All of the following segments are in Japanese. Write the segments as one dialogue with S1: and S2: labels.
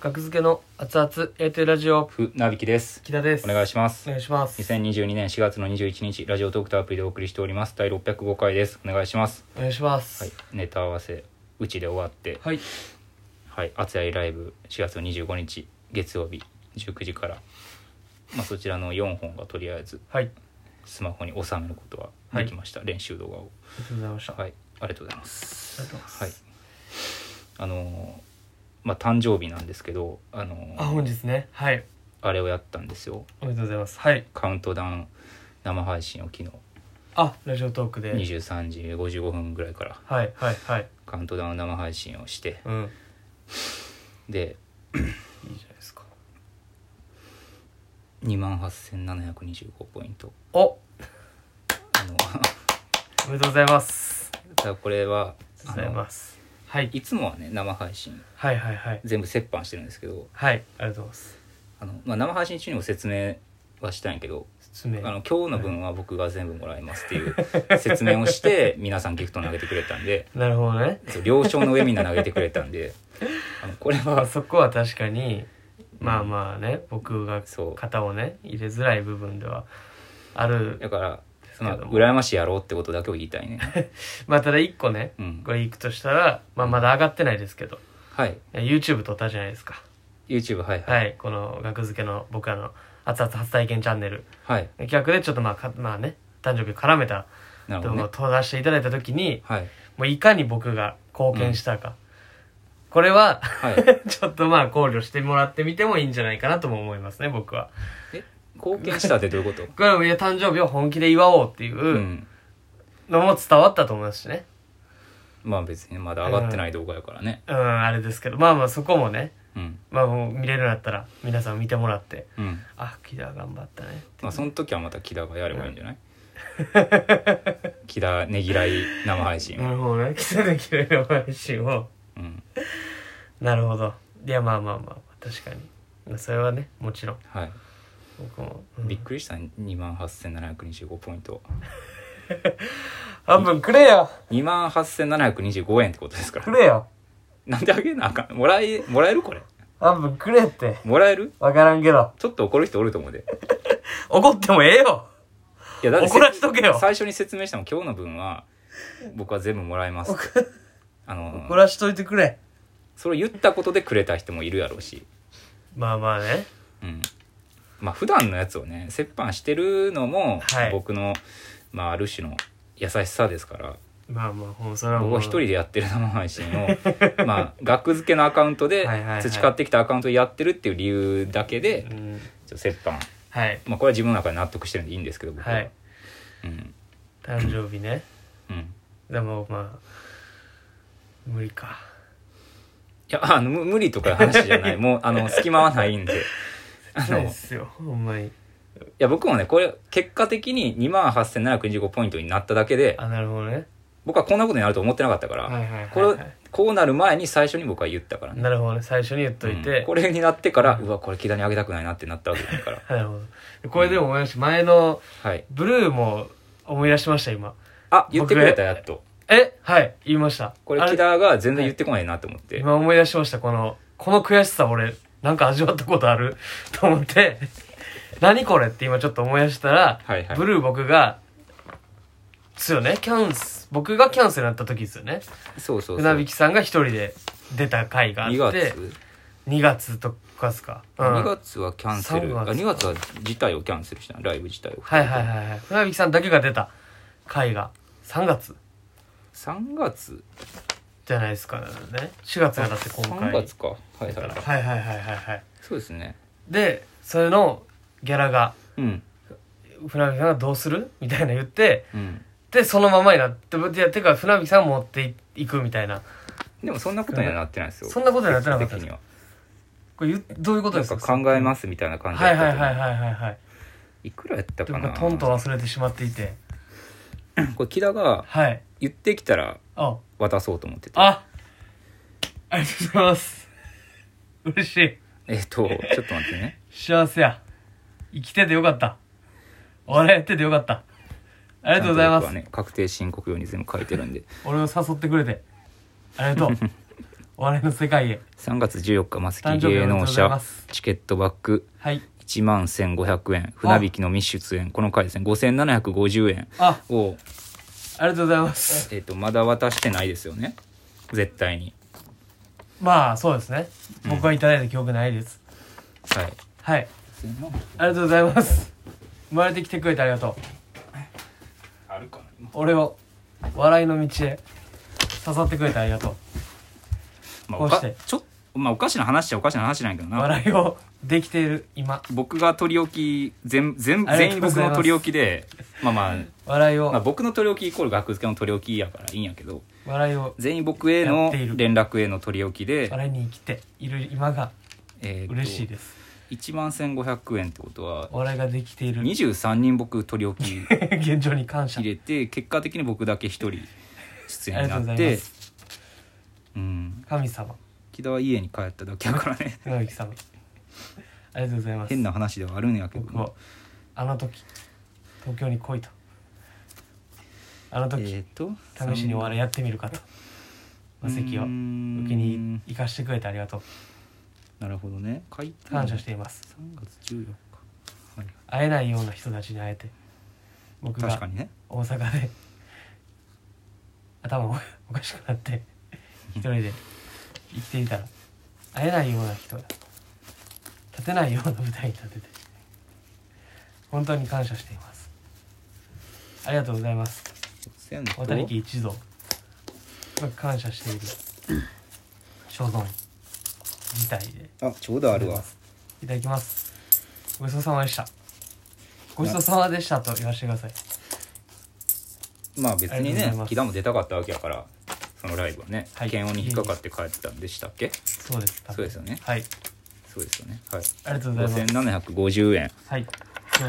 S1: 学付けの熱々エーテルラジオ
S2: ふなびきです
S1: 木田です
S2: お願いします
S1: お願いします
S2: 2022年4月の21日ラジオトークとアプリでお送りしております第605回ですお願いします
S1: お願いしま
S2: はい
S1: す
S2: ネタ合わせうちで終わって
S1: はい
S2: はい「熱愛ライブ」4月の25日月曜日19時からまあそちらの4本がとりあえず
S1: はい、
S2: スマホに収めることはできました、練習動画を
S1: ありがとうございました、
S2: はいありがとうございます
S1: ありがとうございます、
S2: はいあのーまあ誕生日なんですけどあのー
S1: あ本日ねはい
S2: あれをやったんですよ
S1: おめでとうございますはい
S2: カウントダウン生配信を昨日
S1: あラジオトークで
S2: 23時55分ぐらいから
S1: はいはいはい
S2: カウントダウン生配信をして
S1: うん
S2: で
S1: いいじゃないですか
S2: 2万8725ポイント
S1: お
S2: あの だか
S1: おめでとうございます
S2: らこれは
S1: ありがとうございますはい
S2: いつもはね生配信
S1: はいはいはい
S2: 全部折半してるんですけど
S1: はいありがとうございます
S2: あの、まあ、生配信中にも説明はしたんやけど
S1: 説明
S2: あの今日の分は僕が全部もらいますって いう説明をして皆さんギフト投げてくれたんで
S1: なるほどね
S2: そう了承の上みんな投げてくれたんであのこれ
S1: まあ
S2: は
S1: そこは確かにまあまあね僕が
S2: そう
S1: 型をね入れづらい部分ではある
S2: だか
S1: けど
S2: ら、ま
S1: も
S2: あ、羨ましいやろうってことだけを言いたいね。
S1: まあただ一個ね
S2: うん
S1: これいくとしたら、まあ、まだ上がってないですけど
S2: はい。
S1: え YouTube 撮ったじゃないですか
S2: YouTube、はいはい。
S1: はいこの学付けの僕らの熱々初体験チャンネル
S2: はい。
S1: 企画でちょっとまあかまあね誕生日を絡めた
S2: なるほ
S1: 動
S2: ど
S1: 画
S2: ね
S1: を。撮らせていただいた時に、
S2: はい。
S1: もういかに僕が貢献したか、これは
S2: はい。
S1: ちょっとまあ考慮してもらってみてもいいんじゃないかなとも思いますね僕は
S2: え、貢献したってどういうこと。
S1: これはいや誕生日を本気で祝おう っていううんのも伝わったと思いますしね
S2: まあ別にまだ上がってない動画やからね。
S1: うんあれですけどまあまあそこもね
S2: うん。
S1: まあもう見れるようになったら皆さん見てもらって
S2: うん。
S1: あ木田頑張ったね
S2: まあその時はまた木田がやればいいん じゃない木田ねぎらい生配信
S1: な
S2: を。
S1: るほどね木田の綺麗な配信を
S2: うん。
S1: なるほどいやまあまあまあ確かにまあそれはねもちろん
S2: はい。
S1: 僕も、うん
S2: びっくりした2万8725ポイント。
S1: 半分くれよ
S2: 2万8725円ってことですか
S1: く
S2: ら。
S1: れよ
S2: なんであげなあかん。もらえ、もらえるこれ。
S1: 半分くれって
S2: もらえる
S1: わからんけど
S2: ちょっと怒る人おると思うで。
S1: 怒ってもええよ
S2: いやだって
S1: 怒らしとけよ
S2: 最初に説明したの今日の分は僕は全部もらいますってあの
S1: 怒らしといてくれ
S2: それを言ったことでくれた人もいるやろうし、
S1: まあまあね
S2: うん、まあ普段のやつをね折半してるのも
S1: はい
S2: 僕の、まあ、ある種の優しさですから
S1: まあまあほんそれはもう
S2: 僕は一人でやってる生配信を まあ学付けのアカウントで
S1: はいはいはい
S2: 培ってきたアカウントでやってるっていう理由だけで
S1: うん
S2: ちょっと折半、
S1: はい
S2: まあ、これは自分の中で納得してるんでいいんですけど僕は、
S1: はい
S2: うん
S1: 誕生日ね
S2: うん、
S1: でもまあ無理か
S2: いやあのむ無理とかいう話じゃないもうあの隙間はな いんであ
S1: な
S2: の
S1: いっ
S2: い
S1: すよほんまに
S2: や僕もねこれ結果的に2万8725ポイントになっただけで
S1: あなるほどね
S2: 僕はこんなことになると思ってなかったから、
S1: はいはいはい、
S2: こ
S1: は
S2: れこうなる前に最初に僕は言ったから
S1: い、
S2: ね
S1: なるほどね最初に言っといて、
S2: うんこれになってからうわこれ木田にあげたくないなってなったわけだから
S1: なるほどこれでも思い出し前の
S2: はい
S1: ブルーも思い出しました今
S2: あ言ってくれたやっと
S1: えはい言いました
S2: これ
S1: あ
S2: 木田が全然言ってこないなと思って、
S1: 今思い出しましたこのこの悔しさ俺なんか味わったことある と思って何これって今ちょっと思い出したら、
S2: はいはい
S1: ブルー僕がですよねキャンス僕がキャンセルになった時ですよね
S2: そうそうそう
S1: 船引さんが一人で出た回があって
S2: 2月
S1: 2月とかですか、うん
S2: 2月はキャンセル
S1: 3月
S2: あ2月は自体をキャンセルしたライブ自体を
S1: はいはいはいはい船引さんだけが出た回が3月
S2: 3月
S1: じゃないですかね4月がだって今
S2: 3
S1: 回
S2: 月かはいはいはい
S1: はいはいはいはいはい
S2: そうですね
S1: でそれのギャラが
S2: うん
S1: 船引さんがどうするみたいな言って
S2: うん
S1: でそのままになっていやてか船引さん持っていくみたいな
S2: でもそんなことにはなってないですよ
S1: そんなことになってなかったんで
S2: 的
S1: す
S2: に
S1: か
S2: は
S1: これゆどういうこと
S2: な
S1: で
S2: ん
S1: すか
S2: か考えますすみたいな感じ
S1: はい
S2: だっ
S1: は
S2: た
S1: い
S2: と
S1: はい
S2: 思
S1: はいはいはい
S2: いくらやった
S1: で
S2: か
S1: も
S2: な
S1: トントン忘れてしまっていて
S2: これ木田が
S1: はい
S2: 言ってきたら
S1: あ
S2: 渡そうと思ってて
S1: あありがとうございます嬉しい
S2: えっとちょっと待ってね
S1: 幸せや生きててよかったお笑いやっててよかった あ
S2: あ
S1: りがとうございます、
S2: ね、確定申告用に全部書いてるんで
S1: 俺を誘ってくれてありがとうお笑いの世界へ
S2: 3月14日マスキ
S1: 誕
S2: ー
S1: 生日お
S2: 芸
S1: めでとう
S2: 能
S1: ございま
S2: 者
S1: す
S2: チケットバック
S1: はい
S2: 1万1500円船引きの未出演この回ですね5750円
S1: あ
S2: を、
S1: ありがとうございます
S2: えっとまだ渡してないですよね絶対に
S1: まあそうですね
S2: うん
S1: 僕はいただいた記憶ないです、
S2: はい
S1: はいありがとうございます生まれてきてくれてありがとう
S2: あるかな今
S1: 俺を笑いの道へ誘ってくれてありがと
S2: まあ、
S1: こう
S2: おか
S1: して
S2: ちょっまあおかしな話っちゃおかしな話なんやけど
S1: う
S2: な
S1: 笑いをできている今
S2: 僕が取り置き全全
S1: ありが
S2: 全
S1: とう
S2: 員
S1: ございます
S2: 僕の取り置きでまあま
S1: 笑い
S2: あ、まあ、
S1: を
S2: 僕の取り置きイコール学付けの取り置きやからいいんやけど
S1: 笑いを
S2: 全員僕へ
S1: やっ
S2: の
S1: ている
S2: 連絡への取り置きで、
S1: 笑いに生きている今が
S2: え
S1: 嬉しいです
S2: 1万1500円ってことは
S1: お笑いができている
S2: 23人僕取り置き
S1: 現状に感謝
S2: 入 れて結果的に僕だけ一人出演に
S1: ありがとう
S2: な
S1: ご
S2: っ
S1: ざいま
S2: て
S1: す
S2: うん
S1: 神様
S2: 木田は家に帰っただけやか らね
S1: 船木様ありがとうございます
S2: 変な話ではあるんやけど
S1: 僕
S2: な
S1: をあの時東京に来いとあの時、
S2: えっと
S1: 試しにお笑いやってみるかと
S2: う
S1: 魔石を
S2: ーん
S1: 受けに行かしてくれてありがとう
S2: なるほどね書いて
S1: 感謝しています
S2: 3月14日、はい、
S1: 会えないような人たちに会えて僕
S2: 確
S1: が
S2: かにね
S1: 大阪で頭お おかしくなって一人で生きていたら会えないような人が立てないような舞台に立てて本当に感謝していますありがとうございます
S2: 千と
S1: 渡り木一同感謝している所存自体で
S2: あちょうどあるわ
S1: いただきますごちそうさまでしたごちそうさまでしたと言わせてください
S2: まあ別
S1: あり
S2: に
S1: がとうござ
S2: ね
S1: います
S2: 木田も出たかったわけやからそのライブはね
S1: はい
S2: 検温に引っかかって帰ってたんでしたっけ
S1: そうです
S2: そうですよね
S1: はい
S2: そうですよねはい
S1: ありがとうございます
S2: 5750円
S1: はいすい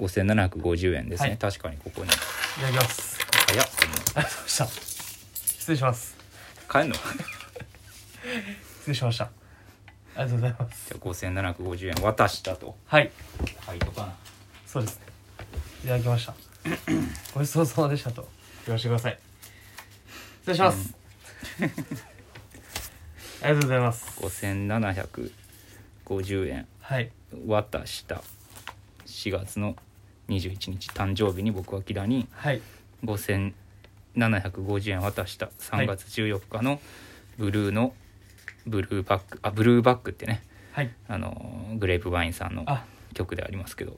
S1: ません
S2: 5750円ですね、
S1: はい
S2: 確かにここに
S1: いただきます
S2: 早っ
S1: ありがとうございました失礼します
S2: 帰んの
S1: 失礼しましたありがとうございます
S2: じゃあ5750円渡したと
S1: はい
S2: はいとかな
S1: そうですねいただきました ごちそうさまでしたと言わせてください失礼し ます、ありがとうございます
S2: 5750円
S1: はい
S2: 渡した4月の21日誕生日に僕は木田に
S1: はい
S2: 5750円渡した
S1: は
S2: 3
S1: い
S2: 月14日のブルーのブルーバックあブルーバックってね
S1: はい
S2: あのグレープワインさんの
S1: あ
S2: 曲でありますけど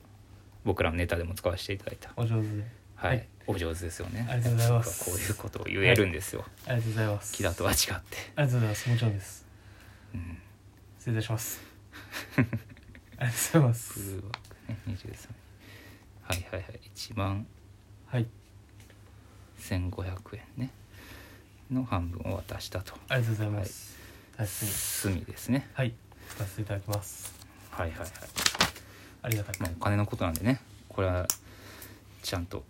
S2: 僕らのネタでも使わせていただいた
S1: お上手で
S2: は
S1: は
S2: い、
S1: い
S2: お上手ですよね
S1: ありがとうございます
S2: こういうことを言えるんですよ、
S1: ありがとうございます
S2: 木田とは違って
S1: ありがとうございます。もちろんです。
S2: うん
S1: 失礼いたし ます。ありがとうございま
S2: ブル
S1: す。
S2: ーバックね23はいはいはい1万
S1: はい、
S2: 1500円ねの半分を渡したと
S1: ありがとうございます。大切に。
S2: 隅ですね
S1: はい、使わせていただきます。
S2: はいはいはい、
S1: ありがたく。
S2: まあ、お金のことなんでねこれはちゃんと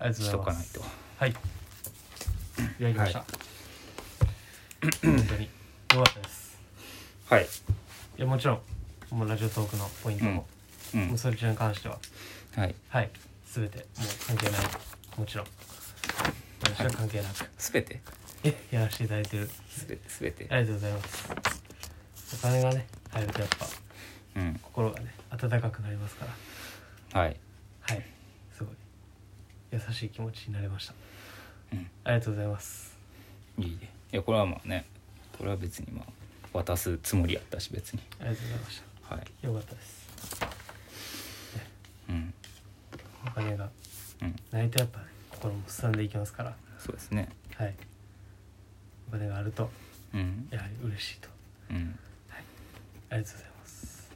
S1: ありがとう
S2: しと
S1: ござ
S2: か
S1: いま
S2: ない
S1: す。
S2: と
S1: はい。いただきました。本当に。良かったです。
S2: はい、
S1: いや、もちろん。もうラジオトークのポイントも、
S2: う、
S1: もうんそちらに関しては。
S2: はい
S1: はい。すべて、もう関係ない。もちろん。私は関係なく。
S2: 全て
S1: え、やらせていただいてる。
S2: 全て全て
S1: ありがとうございます。お金がね、入るとやっぱ。
S2: うん
S1: 心がね温かくなりますから
S2: はい
S1: はいすごい優しい気持ちになりました、
S2: うん
S1: ありがとうございます
S2: いいねいやこれはまあねこれは別にまあ渡すつもりやったし別に
S1: ありがとうございまし
S2: はい
S1: たよかったです
S2: うん
S1: お金が
S2: うん
S1: ないとやっぱ、ね、心もすさんでいきますから
S2: そうですね
S1: はいお金があると
S2: うん
S1: やはり嬉しいと
S2: うん
S1: ありがとうございます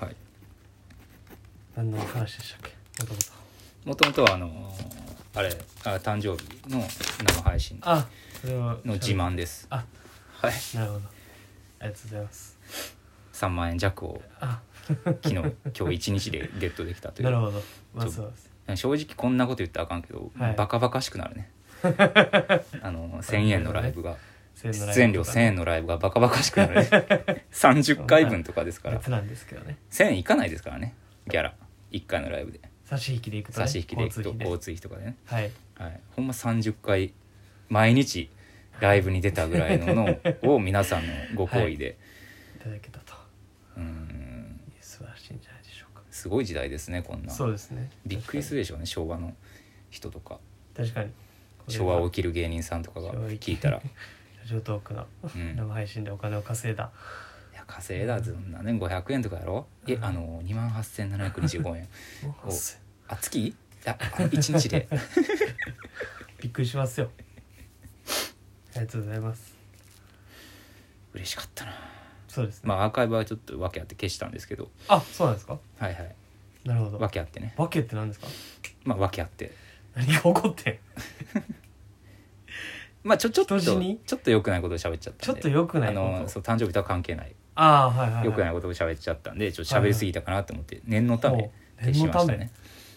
S2: はい
S1: 何の話でしたっけもともと
S2: もともとはあのーあれあ誕生日の生配信
S1: あそれは
S2: の自慢です
S1: あ
S2: はい
S1: なるほどありがとうございます
S2: 3万円弱を
S1: あ
S2: 昨日今日一日でゲットできたとい
S1: なる
S2: う
S1: ほどまあそうです
S2: 正直こんなこと言ったらあかんけど、
S1: はい
S2: バカバカしくな るねあの1,000円のライブが
S1: 千円のライブとかね
S2: 出演料1,000円のライブがバカバカしくなるね 30回分とかですから
S1: 別なんですけどね
S2: 1000円いかないですからねギャラ1回のライブで
S1: 差し引きでいくと、ね、
S2: 差し引きでいく
S1: 交
S2: と
S1: 通費
S2: 交通費とかでね、
S1: はい
S2: はい、ほんま30回毎日ライブに出たぐらいののを皆さんのご好意で、
S1: いただけたと
S2: うん
S1: 素晴らしいんじゃないでしょうか
S2: すごい時代ですねこんな
S1: そうですね
S2: びっくりするでしょうね昭和の人とか
S1: 確かに
S2: 昭和を
S1: を
S2: 生きる芸人さんとかが
S1: 昭和を生き
S2: 聞いたら、
S1: ラジオトークの
S2: うん、い
S1: 生配信でお金を稼いだ
S2: や稼いだずんなね500円とかやろえあの2万8725円 おあ月ああの1日で
S1: びっくりしますよありがとうございます
S2: 嬉しかったな
S1: そうですね、
S2: まあアーカイブはちょっと訳あって消したんですけど
S1: あそうなんですか
S2: はいはい
S1: なるほど
S2: 訳あってね
S1: わけって何ですか
S2: まあ訳あって
S1: 何が起こってん
S2: まあちょちょっと
S1: 人
S2: ち
S1: 死に
S2: ょっと良くないことを喋っちゃった
S1: ちょっ
S2: んで
S1: と良くな
S2: あ
S1: いこと
S2: のそう誕生日とは関係ない
S1: ああはいはい、はい、
S2: 良くないことを喋っちゃったんでちょっと喋りすぎたかなと思って念のため
S1: もう
S2: 消しましたね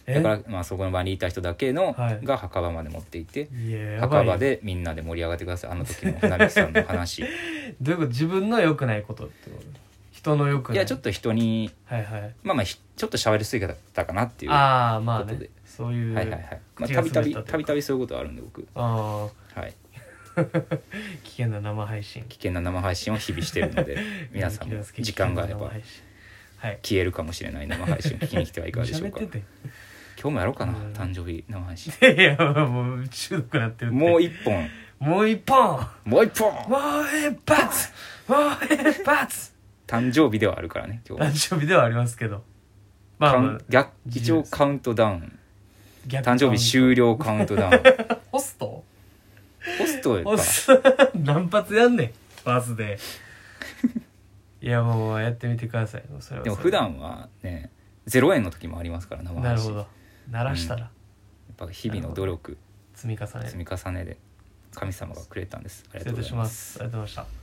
S1: え
S2: だからまあそこの場にいた人だけの
S1: はい
S2: が墓場まで持っていって
S1: いややば
S2: 墓
S1: いよ
S2: 場でみんなで盛り上がってくださいあの時の船引さんの話い
S1: どういうこと自分の良くないことってこと人の良くない
S2: やちょっと人に
S1: はいはい
S2: まあまあひちょっと喋りすぎたかなっていうは
S1: ああまあ
S2: こと
S1: ね
S2: で
S1: そうい
S2: いうはいはいまあ
S1: 口
S2: た
S1: が
S2: びた
S1: 滑ったと
S2: び
S1: いうか
S2: たびたびそういうことあるんで僕
S1: あ
S2: はい
S1: あ危険な生配信
S2: 危険な生配信を日々してるので 皆さんも時間があれば
S1: はい
S2: 消えるかもしれない生配信を聞きに来てはいかがでし ょうか
S1: 喋って
S2: 今日もやろうかな
S1: うん
S2: 誕生日生配信
S1: てい やもう中毒なってるって
S2: もう一本
S1: もう一本
S2: もう一本
S1: もう一発もう一 発
S2: 誕生日ではあるからね今日
S1: 誕生日ではあり ますけどま
S2: カ
S1: あ
S2: ウ
S1: まあ
S2: ン逆一応カウントダウ ン
S1: 逆
S2: 誕生日終了カウン トダウン
S1: ホスト
S2: ホストやか
S1: おっ
S2: ら
S1: さん何発やんねんバス でいやもうやってみてくださいそれはそれ
S2: でも普段はね0円の時もありますから生
S1: な
S2: 配
S1: る
S2: 信
S1: ほど鳴らしたら
S2: やっぱ日々の努力
S1: 積み重ね
S2: 積み重ねで神様がくれたんですありが
S1: 失
S2: とう
S1: 礼いた
S2: ござい
S1: し
S2: ま
S1: ますすありがとうございました